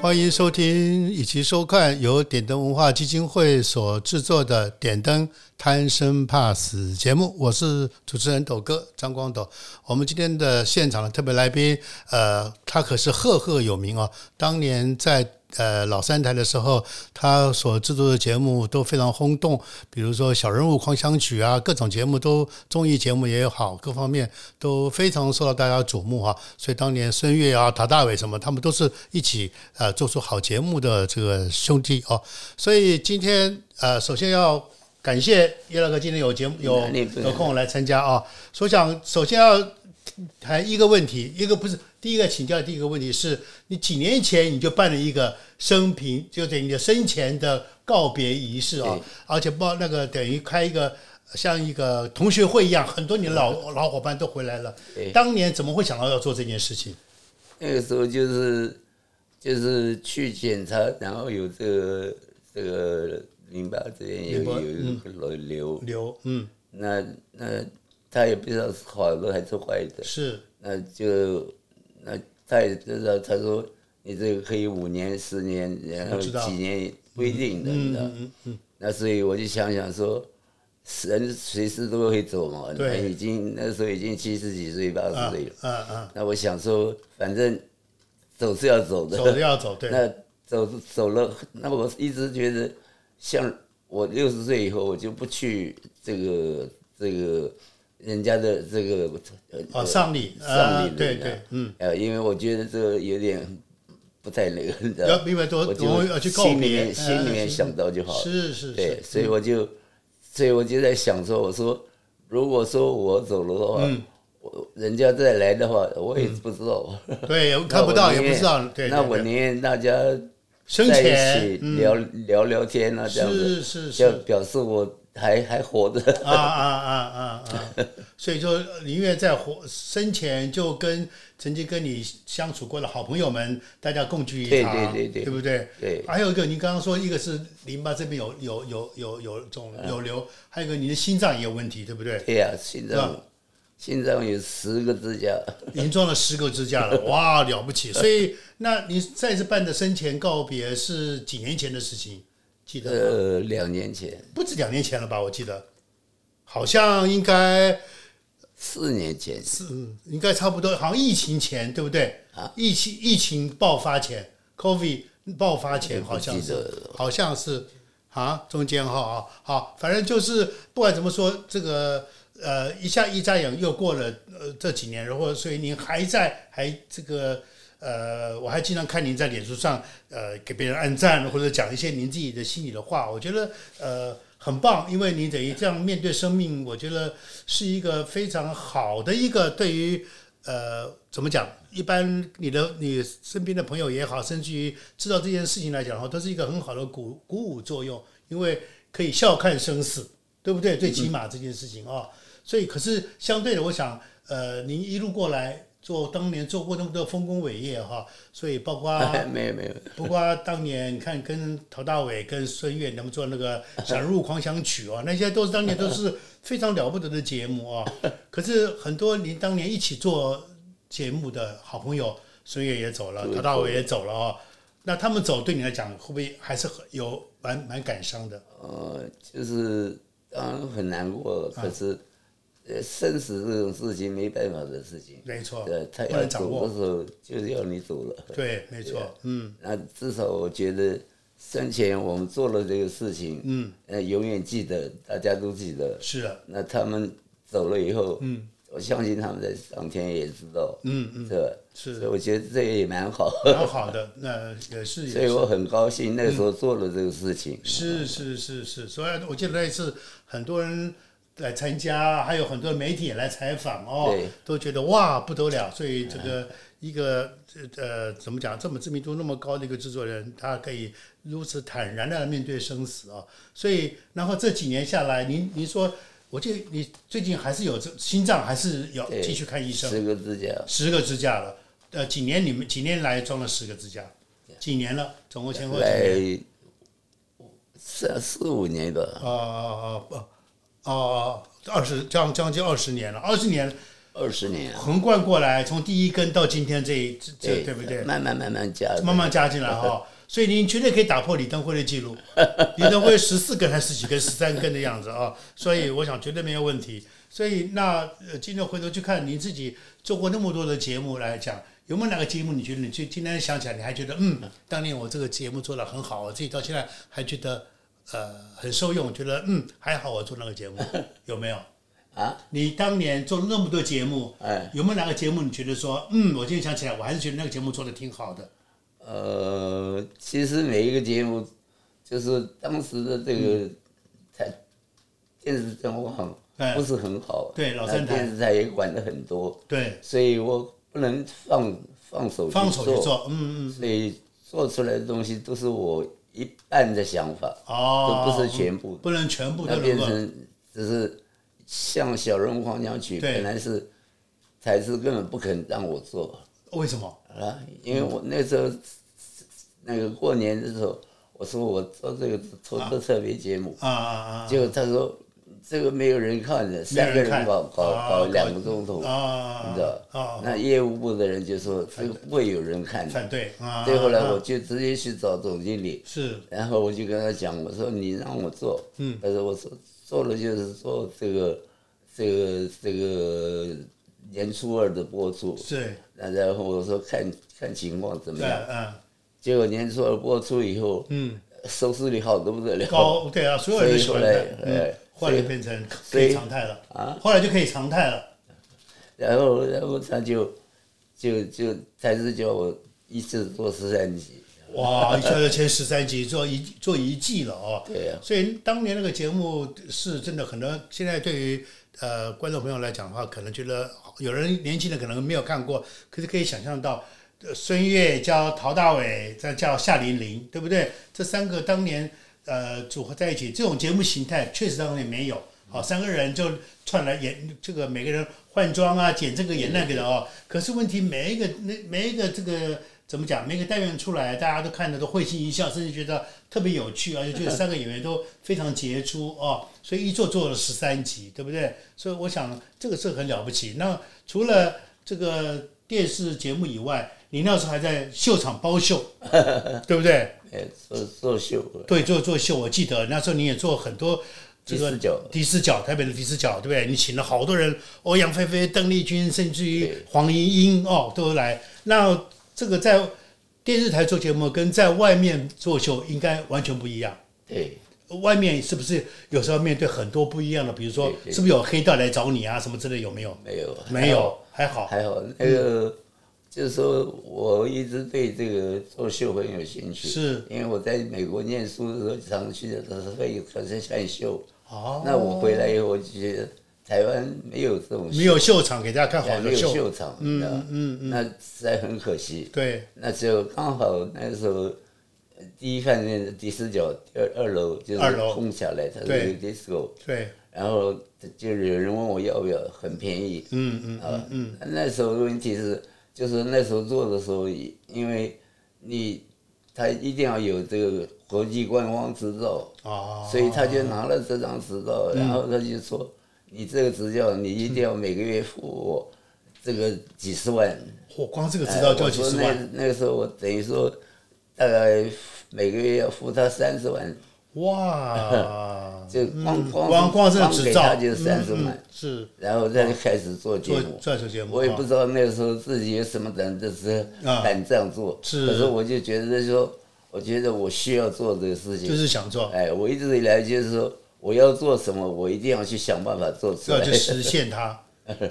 欢迎收听以及收看由点灯文化基金会所制作的《点灯贪生怕死》节目，我是主持人斗哥张光斗。我们今天的现场的特别来宾，呃，他可是赫赫有名哦，当年在。呃，老三台的时候，他所制作的节目都非常轰动，比如说《小人物狂想曲》啊，各种节目都，综艺节目也好，各方面都非常受到大家瞩目啊。所以当年孙越啊、陶大伟什么，他们都是一起呃做出好节目的这个兄弟哦。所以今天呃，首先要感谢叶大哥今天有节目有哪里不有空来参加啊。所想首先要谈一个问题，一个不是第一个请教的第一个问题是，你几年前你就办了一个生平，就等于你的生前的告别仪式啊对，而且包那个等于开一个像一个同学会一样，很多你的老老伙伴都回来了对。当年怎么会想到要做这件事情？那个时候就是就是去检查，然后有这个这个淋巴这边有淋巴有一个瘤瘤，刘，嗯，那那他也不知道是好的还是坏的，是那就那他也知道，他说你这个可以五年、十年，然后我知道几年也不一定嗯的，你知道。那所以我就想想说，人随时都会走嘛，那对已经那时候已经七十几岁、八啊十岁了。啊 啊，那我想说，反正走是要走的，走着要走，对， 那走走了，那么我一直觉得，像我六十岁以后，我就不去这个这个人家的这个哦，丧礼，上啊礼对对，嗯，，呃，因为我觉得这个有点不太那个，你知道要明白多，我我们要就去告心里别，面心里哎面想到就好了。是是嗯对，是，所以我就，所以我就在想说，我说，如果说我走了的嗯话，我人家再来的话，我也不知道，对，嗯看不到那我也宁不愿知道，对，那对我对宁愿大家生在前嗯一起聊聊聊天啊，这样是子，是就是表示我还还活着。 啊啊啊啊啊！所以说，宁愿在活生前就跟曾经跟你相处过的好朋友们，大家共聚一堂，对对对对不对？对还有一个，您刚刚说，一个是淋巴这边有有有有有肿有瘤，还有一个你的心脏也有问题，对不对？嗯对哎呀，心是脏心脏有十个 支架，已经装了十个支架了，哇，了不起！所以，那你再次办的生前告别是几年前的事情，记得吗？呃，两年前，不止两年前了吧？我记得，好像应该。四年前，嗯，应该差不多，好像疫情前对不对？啊，疫情疫情爆发前，COVID 爆发前好像不记得是了，好像是啊，中间哈啊，好，反正就是不管怎么说，这个呃，一下一眨眼又过了呃这几年，然后所以您还在还这个。呃，我还经常看您在脸书上，呃，给别人按赞或者讲一些您自己的心里的话，我觉得呃很棒，因为你等于这样面对生命，我觉得是一个非常好的一个对于呃怎么讲，一般你的你身边的朋友也好，甚至于知道这件事情来讲的话，都是一个很好的鼓鼓舞作用，因为可以笑看生死，对不对？最起码这件事情啊、所以可是相对的，我想呃，您一路过来做当年做过那么多丰功伟业哈、所以包括 没有没有，不过当年你看跟陶大伟、跟孙越他们做那个《闪入狂想曲》啊，那些都是当年都是非常了不得的节目 啊。可是很多您当年一起做节目的好朋友，孙越也走了，对陶大伟也走了啊。那他们走对你来讲，会不会还是很有蛮蛮感伤的？呃，就是当然很难过，可是，呃，生死这种事情没办法的事情，没错呃，他，不要能掌走的握。时候就是要你走了，对，没错，嗯，那至少我觉得生前我们做了这个事情，嗯，呃，永远记得，大家都记得。是 的，那他们走了以后，嗯，我相信他们在上天也知道，嗯嗯，是吧？是所以我觉得这个也蛮 好，蛮好的，那也是也所以是。我很高兴那个时候做了这个事情。是是是是，所以我记得那一次很多人来参加，还有很多媒体也来采访哦对，哎都觉得哇不得了。所以这个一个呃怎么讲，这么知名度那么高的一个制作人，他可以如此坦然的面对生死哦。所以然后这几年下来，您您说我记得你最近还是有这心脏还是有对继续看医生，十个指甲，十个支架了。呃，几年你们几年来装了十个支架？几年了？总共前后几年？来三四五年吧，哦哦哦哦，二十将将近二十年了，二十年了二十年啊，横贯过来，从第一根到今天这一这这对对不对？慢慢慢慢加的，慢慢加进来哈、哦 所以您绝对可以打破李登辉的记录，李登辉十四根还是十几根、十三根的样子啊、所以我想绝对没有问题。所以那呃，今天回头去看您自己做过那么多的节目来讲，有没有哪个节目你觉得你就今天想起来你还觉得嗯，当年我这个节目做的很好，我自己到现在还觉得呃很受用，觉得嗯还好我做那个节目，有没有？ 啊，你当年做了那么多节目，哎，有没有哪个节目你觉得说嗯，我今天想起来我还是觉得那个节目做的挺好的？呃，其实每一个节目，就是当时的这个嗯台、电视状况哎不是很好，啊对老那三台电视台也管的很多，对。所以我不能放放手放手去做，嗯嗯，所以做出来的东西都是我一半的想法，哦，都不是全部，不能全部都那变能够，成只是像小人物黄江曲，对本来是台资根本不肯让我做为什么？啊，因为我那时候那个过年的时候，我说我做这个投资特别节目，啊啊啊！结果他说这个没有人看的，没有三个人人看搞搞啊搞两个钟头，啊，你知道啊，那业务部的人就说这个不会有人看的，反对啊。所以后来我啊就直接去找总经理，是然后我就跟他讲，我说你让我做，嗯，他说我做做了就是做这个这个这个年初二的播出，是，那然后我说看看情况怎么对，样，嗯结果年初二播出以后，嗯，收视率好的不得了，高对啊，所有人都喜欢所以后来看，嗯哎，后来所以变成可所以以常态了啊，后来就可以常态了， 然后然后他就就就才是叫我一次做十三集，哇，一下就签十三集， 做一做一季了哦。对呀、所以当年那个节目是真的，可能现在对于呃观众朋友来讲的话，可能觉得有人年轻的可能没有看过，可是可以想象到，呃孙越教陶大伟，再叫夏琳琳，对不对？这三个当年呃组合在一起，这种节目形态确实当年没有。好，三个人就串来演这个，每个人换装啊，剪这个演那个的哦。可是问题，每一个那每一个这个怎么讲，每个单元出来，大家都看的都会心一笑，甚至觉得特别有趣，而且觉得三个演员都非常杰出哦。所以一做做了十三集，对不对？所以我想这个是很了不起。那除了这个电视节目以外，你那时候还在秀场包秀，对不对？哎，做做秀，对，做做秀，我记得那时候你也做很多这个第四角第四角，台北的第四角，对不对？你请了好多人，欧阳菲菲、邓丽君，甚至于黄莺莺哦，都来。那这个在电视台做节目跟在外面做秀应该完全不一样。对。外面是不是有时候面对很多不一样的？比如说对，对是不是有黑道来找你啊，什么之类？有没有？没有，没有，还好。还好那个，就是说我一直对这个作秀很有兴趣，是因为我在美国念书的时候，常去的都是会可是看秀。哦，那我回来以后，我就觉得台湾没有这种没有秀场给大家看好的没有秀，秀场，嗯嗯嗯，那实在很可惜。对，那时候刚好那时候。呃第一饭店的第四角二二楼就是二楼空下来，它是对 disco，对，然后就是有人问我要不要，很便宜，嗯嗯啊，那时候的问题是，就是那时候做的时候，因为你他一定要有这个国际观光执照，哦，嗯所以他就拿了这张执照，然后他就说，你这个执照你一定要每个月付我这个几十万，我光这个哎知道就要几十我万说。那那个时候我等于说，大概每个月要付他三十万，，哇就 光光嗯光光是执给照他就三十嗯嗯万，是然后再开始做节哦做目。做手节目，我也不啊知道那个时候自己有什么胆，就是啊胆这样做。是可是我就觉得说，我觉得我需要做这个事情。就是想做，哎，我一直以来就是说，我要做什么，我一定要去想办法做出要来。去实现它。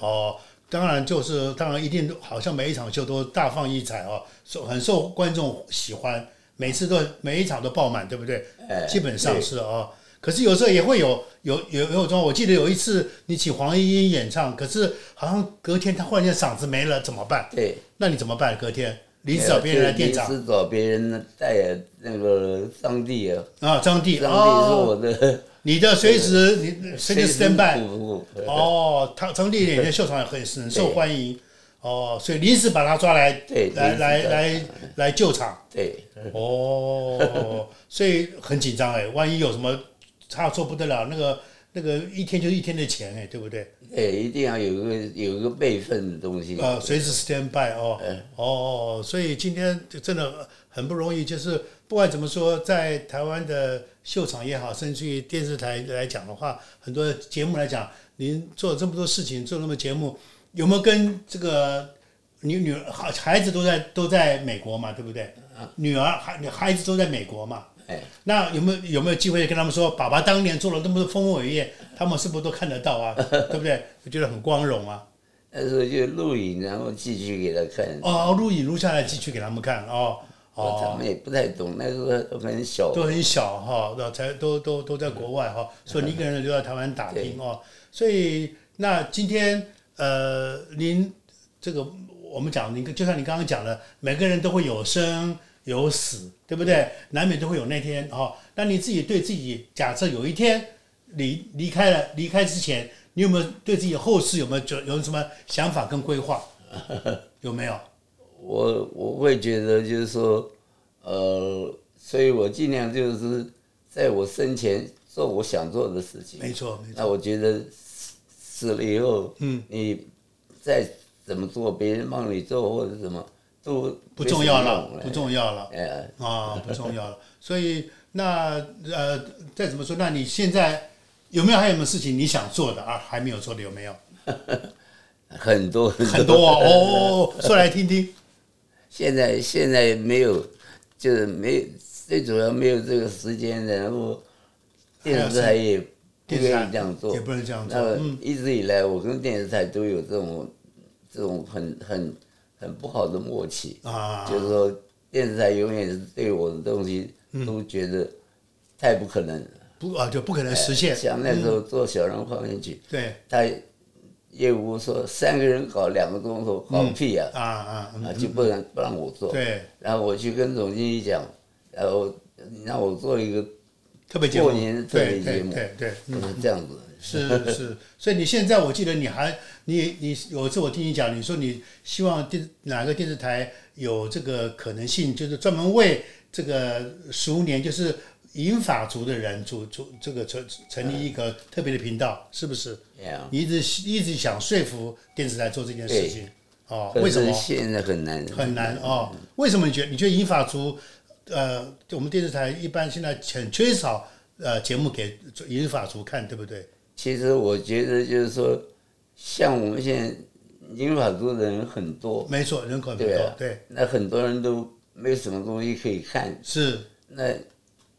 哦，当然就是当然一定都好像每一场秀都大放异彩哦，受很受观众喜欢，每次都每一场都爆满，对不对？哎基本上是哦。可是有时候也会有有有有种，我记得有一次你请黄莺莺演唱，可是好像隔天她忽然间嗓子没了，怎么办？ 对，那你怎么办？隔天临临时找别人来店长临时找别人带那个上帝啊，啊，张帝，上帝哦是我的你的随时你随时 stand by。不不不，哦，唐唐丽演的秀场也很很受欢迎。哦，所以临时把他抓来对，来临时来抓来来救场。对，哦，所以很紧张哎，万一有什么差错不得了，那个那个一天就是一天的钱哎，对不对？哎，一定要有一个有一个备份的东西。呃，随时 stand by 哦，哦，所以今天就真的很不容易，就是不管怎么说，在台湾的秀场也好，甚至于电视台来讲的话，很多节目来讲，您做这么多事情，做那么节目，有没有跟这个你女儿孩孩子都在都在美国嘛，对不对？女儿孩孩子都在美国嘛，哎，那有没有有没有机会跟他们说，爸爸当年做了那么多丰功伟业，他们是不是都看得到啊？对不对？我觉得很光荣啊。那时候就录影，然后寄去给他看。哦，录影录下来寄去给他们看哦。我他哦，们也不太懂，那时候很小。都很小哈，那、才都都都在国外哈、所以你一个人留在台湾打拼哦。所以那今天呃，您这个我们讲，您就像你刚刚讲的，每个人都会有生有死，对不对？难免都会有那天哦。那你自己对自己，假设有一天离离开了，离开之前，你有没有对自己后事有没有就有什么想法跟规划？有没有？我我会觉得就是说，呃，所以我尽量就是在我生前做我想做的事情。没错，没错。那我觉得死死了以后，嗯，你再怎么做，别人帮你做或者什么都不重要了不没，什么用重要了哎哎，啊，不重要了。所以那呃，再怎么说，那你现在有没有还有没有事情你想做的啊？还没有做的有没有？很多很很多 哦，哦哦说来听听。现在现在没有，就是没有最主要没有这个时间，然后电视台也不电愿视意台这样做，也不能这样做嗯那么一直以来，我跟电视台都有这种这种很很很不好的默契啊就是说电视台永远是对我的东西都觉得太不可能了，不啊，就不可能实现。嗯像那时候做小人放进去，对他业务说三个人搞两个钟头，搞屁啊！啊啊，啊，嗯就不让不让我做。对，然后我去跟总经理讲，然后你让我做一个，特别节目过年的，特对别对节目对对，不是这样子。是 是， 所以你现在我记得你还你你有一次我听你讲，你说你希望电哪个电视台有这个可能性，就是专门为这个熟年就是银发族的人组组这个成成立一个特别的频道，是不是？这样，你一直一直想说服电视台做这件事情哦，可为什是么现在很嗯难？很难哦？为什么你觉得你觉得银发族呃，我们电视台一般现在很缺少呃节目给银发族看，对不对？其实我觉得就是说，像我们现在银发族的人很多，没错，人口很多，对对,、啊，那很多人都没什么东西可以看，是那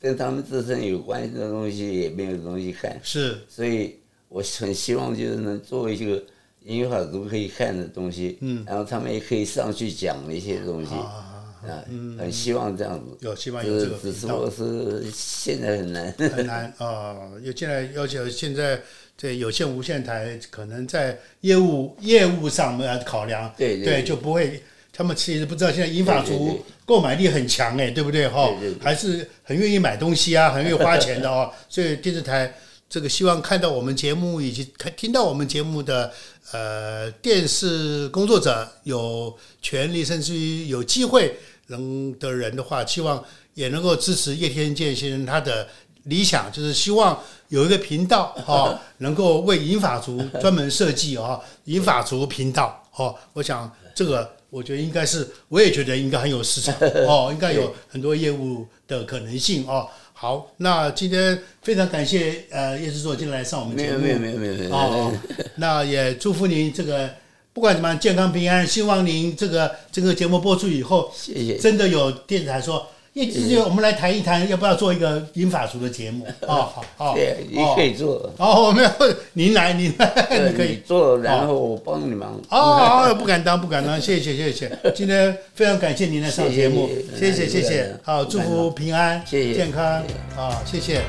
跟他们自身有关系的东西也没有东西看，是所以我很希望就是能做一个银发族可以看的东西，嗯，然后他们也可以上去讲一些东西，啊，啊，很希望这样子。有希望有这只是个只是频道我是现在很 难。很难啊，有现在要求现在这有线无线台可能在业务业务上面来考量，对对对就不会。他们其实不知道，现在银发对对族对购买力很强哎，对不对哈对对？对还是很愿意买东西啊，很愿意花钱的哦。 所以电视台这个希望看到我们节目以及看听到我们节目的呃电视工作者有权利，甚至于有机会能的人的话，希望也能够支持叶天健先生他的理想，就是希望有一个频 道哈、哦能够为银发族专门设计哦，银发族频道哦，我想这个。我觉得应该是，我也觉得应该很有 市场哦，应该有很多业务的可能性哦。好，那今天非常感谢呃叶制作今天来上我们没节有目，没有没有没有没有。哦，那也祝福您这个不管怎么样健康平安，希望您这个这个节目播出以后，谢谢。真的有电视台说，叶制嗯作我们来谈一谈，要不要做一个银法族的节 目？哦，好，好，对，你可以做，哦，没有，您来，您来，对你可以你。做，然后我帮你忙。哦，哦不敢当，不敢当，谢谢，谢谢。 今天非常感谢您来上节目，谢谢谢，谢谢谢谢谢。好，祝福平安，谢谢健康谢啊，谢谢，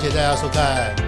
谢谢大家收看。